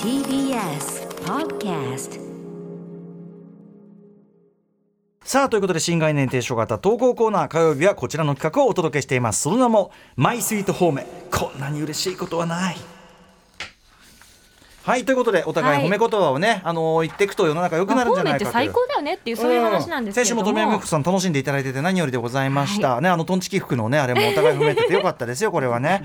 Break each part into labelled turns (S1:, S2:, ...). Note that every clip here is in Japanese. S1: TBS Podcast
S2: さあ、ということで、新概念提唱型投稿コーナー、火曜日はこちらの企画をお届けしています。その名も、マイスイートホーム。こんなに嬉しいことはない。はい、ということで、お互い
S3: はい
S2: 褒め言葉をね、あのー言っていくと世の中良く
S3: ま
S2: な
S3: あ、
S2: るん
S3: 方
S2: じゃ
S3: 面
S2: な
S3: っ
S2: い
S3: て
S2: かとい
S3: 最
S2: う。
S3: 高だよねっていうそういう話なんですけれ
S2: 先週
S3: ども。
S2: も富山美子さん楽しんでいただいてて何よりでございました、ねあのトンチキ服のねあれもお互い褒めててよかった ですよこれはね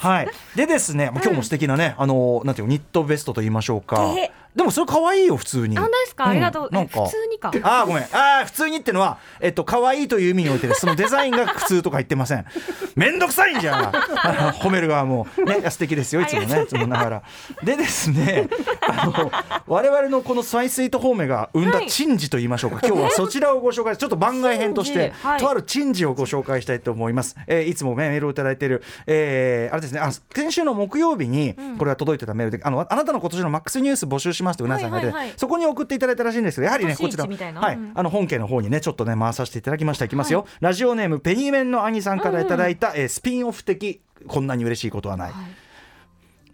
S2: はいでですね今日も素敵なね、あのなんていうのニットベストと言いましょうか
S3: え
S2: でもそれ可愛いよ普通に
S3: あ本当ですか、ありがとう。
S2: な
S3: え
S2: んか
S3: 普通にか。
S2: あーごめんあー普通にってのはえっと可愛いという意味においてですそのデザインが普通とか言ってません めんどくさいんじゃん あの褒める側もねいや素敵ですよいつもねいつもながらでですねあの我々のこのスワイスイート方面が生んだ珍事と言いましょうか、今日はそちらをご紹介ちょっと番外編として、
S3: 珍事はい
S2: とある珍事をご紹介したいと思います、えーいつもねメールをいただいている、えーあれですねあの先週の木曜日にこれは届いてたメールで、あのあなたの今年のマックスニュース募集しますとうなさんがで、
S3: はいはいはい
S2: そこに送っていただいたらしいんですけどやはりねこ
S3: 今年
S2: ち
S3: 一
S2: ら
S3: みたいな
S2: はい
S3: うん
S2: あの本家の方にねちょっとね回させていただきましたいきますよ、ラジオネームペニーメンの兄さんからいただいた、えースピンオフ的こんなに嬉しいことはない、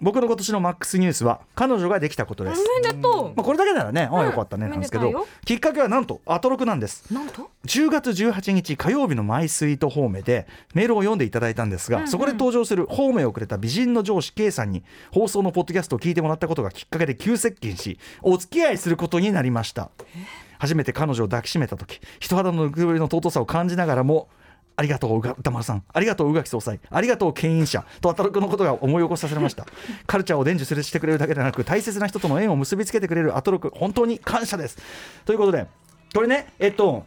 S2: 僕の今年のマックスニュースは彼女ができたこと
S3: お
S2: です、
S3: めでと
S2: まあ、これだけならね、ああ
S3: うん
S2: よかったねなんですけ
S3: めでたい
S2: ど
S3: よ
S2: きっかけはなんとアトロクなんです
S3: う。なんと。
S2: 10月18日火曜日のマイスイート方面でメールを読んでいただいたんですが、
S3: うんうん
S2: そこで登場する方面をくれた美人の上司 K さんに放送のポッドキャストを聞いてもらったことがきっかけで急接近しお付き合いすることになりました初めて彼女を抱きしめた時人肌のぬくもりの尊さを感じながらもありがとう、うが歌丸さん。ありがとう、宇垣総裁。ありがとう、牽引者。と、アタロクのことが思い起こさせられま した。カルチャーを伝授するしてくれるだけでなく、大切な人との縁を結びつけてくれるアトロク、本当に感謝です。ということで、これね、えっと、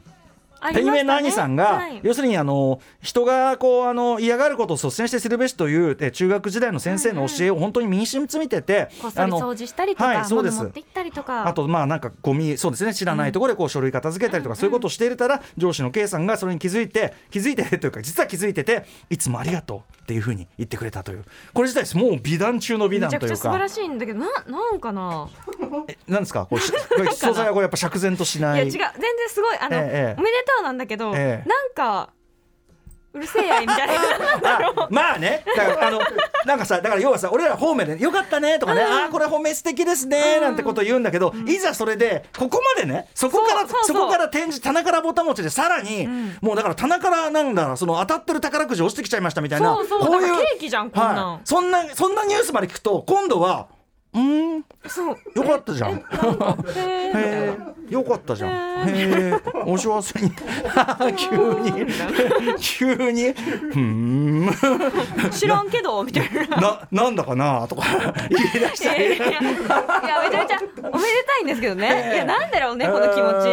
S3: あ
S2: ペ
S3: り
S2: ニメ
S3: まし
S2: ンの
S3: たね
S2: 兄さんが、
S3: はい
S2: 要するにあの人がこうあの嫌がることを率先してするべしというえ中学時代の先生の教えを本当に身に染みてて、
S3: こっそり
S2: あの
S3: 掃除したりとか、
S2: はいそうです
S3: 物持って行ったりとか。
S2: あとまあなんかゴミそうですね知らないところでこう書類片付けたりとかそういうことをしていたら上司の K さんがそれに気づいて気づいてというか実は気づいてていつもありがとうっていうふうに言ってくれたというこれ自体ですもう美談中の美
S3: め
S2: 談
S3: ちゃ
S2: と
S3: くち
S2: い
S3: ゃ
S2: う
S3: 素晴
S2: から
S3: しいんだけど、な、なんかな。
S2: えなんですかこれしこれ素材はこれやっぱ釈然としないい
S3: や、違う、全然すごい、あの、
S2: ええええ
S3: おめでとうなんだけど、
S2: ええ
S3: なんか。うるせえやいみたいな。
S2: あまあねだからあのなんかさだから要はさ俺ら方面で、よかったね」とかね「ああーこれ褒め素敵ですね」なんてこと言うんだけど、いざそれでここまでねそこからそ
S3: そうそうそう
S2: こから展示棚からぼたもちでさらに、
S3: ん
S2: もうだから棚からなんだろうその当たってる宝くじ落ちてきちゃいましたみたいな
S3: そうそうだからケーキじゃんこんなん
S2: はい、そんなそんなニュースまで聞くと今度は「うーん
S3: そう。
S2: よかったじゃん」
S3: へえ
S2: へえ、よかったじゃん。へえ、お幸せ に。 急に、急に、ふーん、
S3: 知らんけどみたいな。
S2: な、なんだかな とか言い出し
S3: いや
S2: た
S3: い
S2: い。
S3: やいやめちゃめちゃおめでたいんですけどね。いやなんだろうねこの気持
S2: 持ち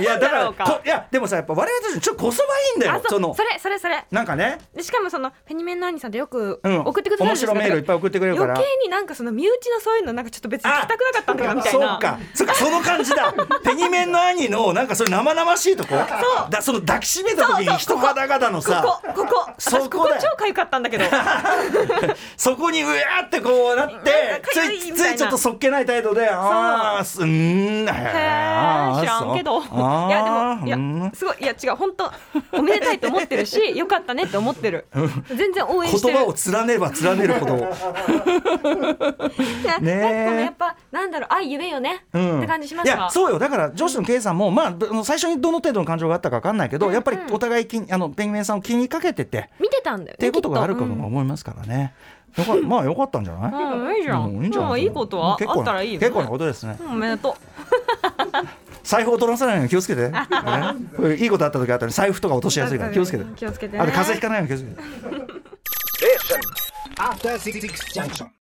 S2: いやだか
S3: だろ
S2: ら
S3: うか
S2: こいやでもさやっぱ我々たちちょっとこそばいいんだ
S3: ち。あ
S2: よそ
S3: そう
S2: の
S3: それそれそれ。
S2: なんかね
S3: でしかもそのフェニメンの兄さんってよく
S2: うん
S3: 送ってくださるん
S2: 面
S3: です
S2: 白メールいっぱい送ってくれるから
S3: 余計になんかその身内のそういうのなんかちょっと別に聞きたくなかったんだよみたい
S2: そう
S3: な。
S2: かそうかその感じ だペニメンの兄のなんかそれ生々しいとこだその抱きしめた時に人肌肌のさ
S3: ここここ
S2: そ
S3: 私こ
S2: こ
S3: こ
S2: だよ
S3: 超かゆかったんだけど
S2: そこにうわーってこうなって
S3: なんか
S2: つ
S3: かゆい
S2: い
S3: み
S2: つ
S3: たいない
S2: ちょっとそっけない態度でああすうーんへ
S3: へー知らんけどいやでもいやすごいいや違う本当おめでたいと思ってるしよかったねって思ってる全然応援して
S2: 言
S3: る
S2: 葉を連ねれば連ねるほど
S3: いや
S2: ねえ
S3: なんかねやっぱなんだろう愛夢よね、
S2: うん
S3: って感じしま
S2: い
S3: す
S2: や
S3: わ
S2: そうよだから上司の K さんも、まあぶあの最初にどの程度の感情があったか分かんないけど、やっぱりお互い気にあのペンギンさんを気にかけてて
S3: 見てたんだよね
S2: っていうことがある
S3: き
S2: か
S3: っ
S2: と思いますからね、よか まあよかったんじゃない、
S3: うん、いいじゃん。
S2: うんいいんじゃない
S3: もういいことは
S2: 結構
S3: あ
S2: な
S3: ったらいいよ、ね。
S2: 結構なことですね
S3: うんおめでとう。
S2: 財布を取らさないように気をつ けて、ね、いいことあった時あったら財布とか落としやすいから気をつけて
S3: 気をつけてね
S2: あと風邪ひかないように気をつけて
S4: After Six Junction.